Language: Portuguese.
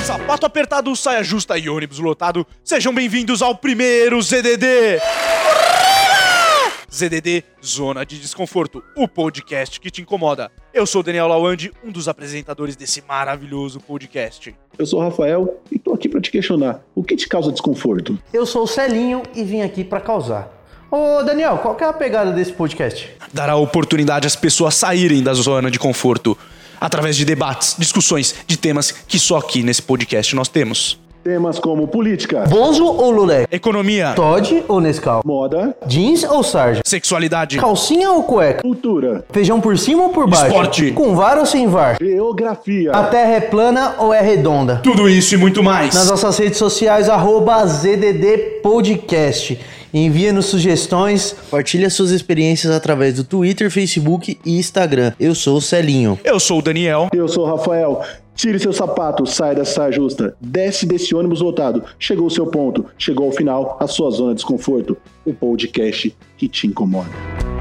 Asfalto apertado, saia justa e ônibus lotado. Sejam bem-vindos ao primeiro ZDD. ZDD Zona de Desconforto, o podcast que te incomoda. Eu sou o Daniel Lawande, um dos apresentadores desse maravilhoso podcast. Eu sou o Rafael e tô aqui para te questionar. O que te causa desconforto? Eu sou o Celinho e vim aqui pra causar. Ô, Daniel, qual que é a pegada desse podcast? Dar a oportunidade às pessoas saírem da zona de conforto através de debates, discussões de temas que só aqui nesse podcast nós temos. Temas como política, Bozo ou Lulé? Economia, Todd ou Nescau? moda, Jeans ou sarja? sexualidade, Calcinha ou cueca? cultura, Feijão por cima ou por baixo? Esporte. Com var ou sem var? geografia. A terra é plana ou é redonda? tudo isso e muito mais. Nas nossas redes sociais, arroba ZDD Podcast. Envia-nos sugestões, partilha suas experiências através do Twitter, Facebook e Instagram. Eu sou o Celinho. Eu sou o Daniel. Eu sou o Rafael. Tire seu sapato, sai dessa saia justa, desce desse ônibus lotado. Chegou o seu ponto, chegou ao final, a sua zona de desconforto. O podcast que te incomoda.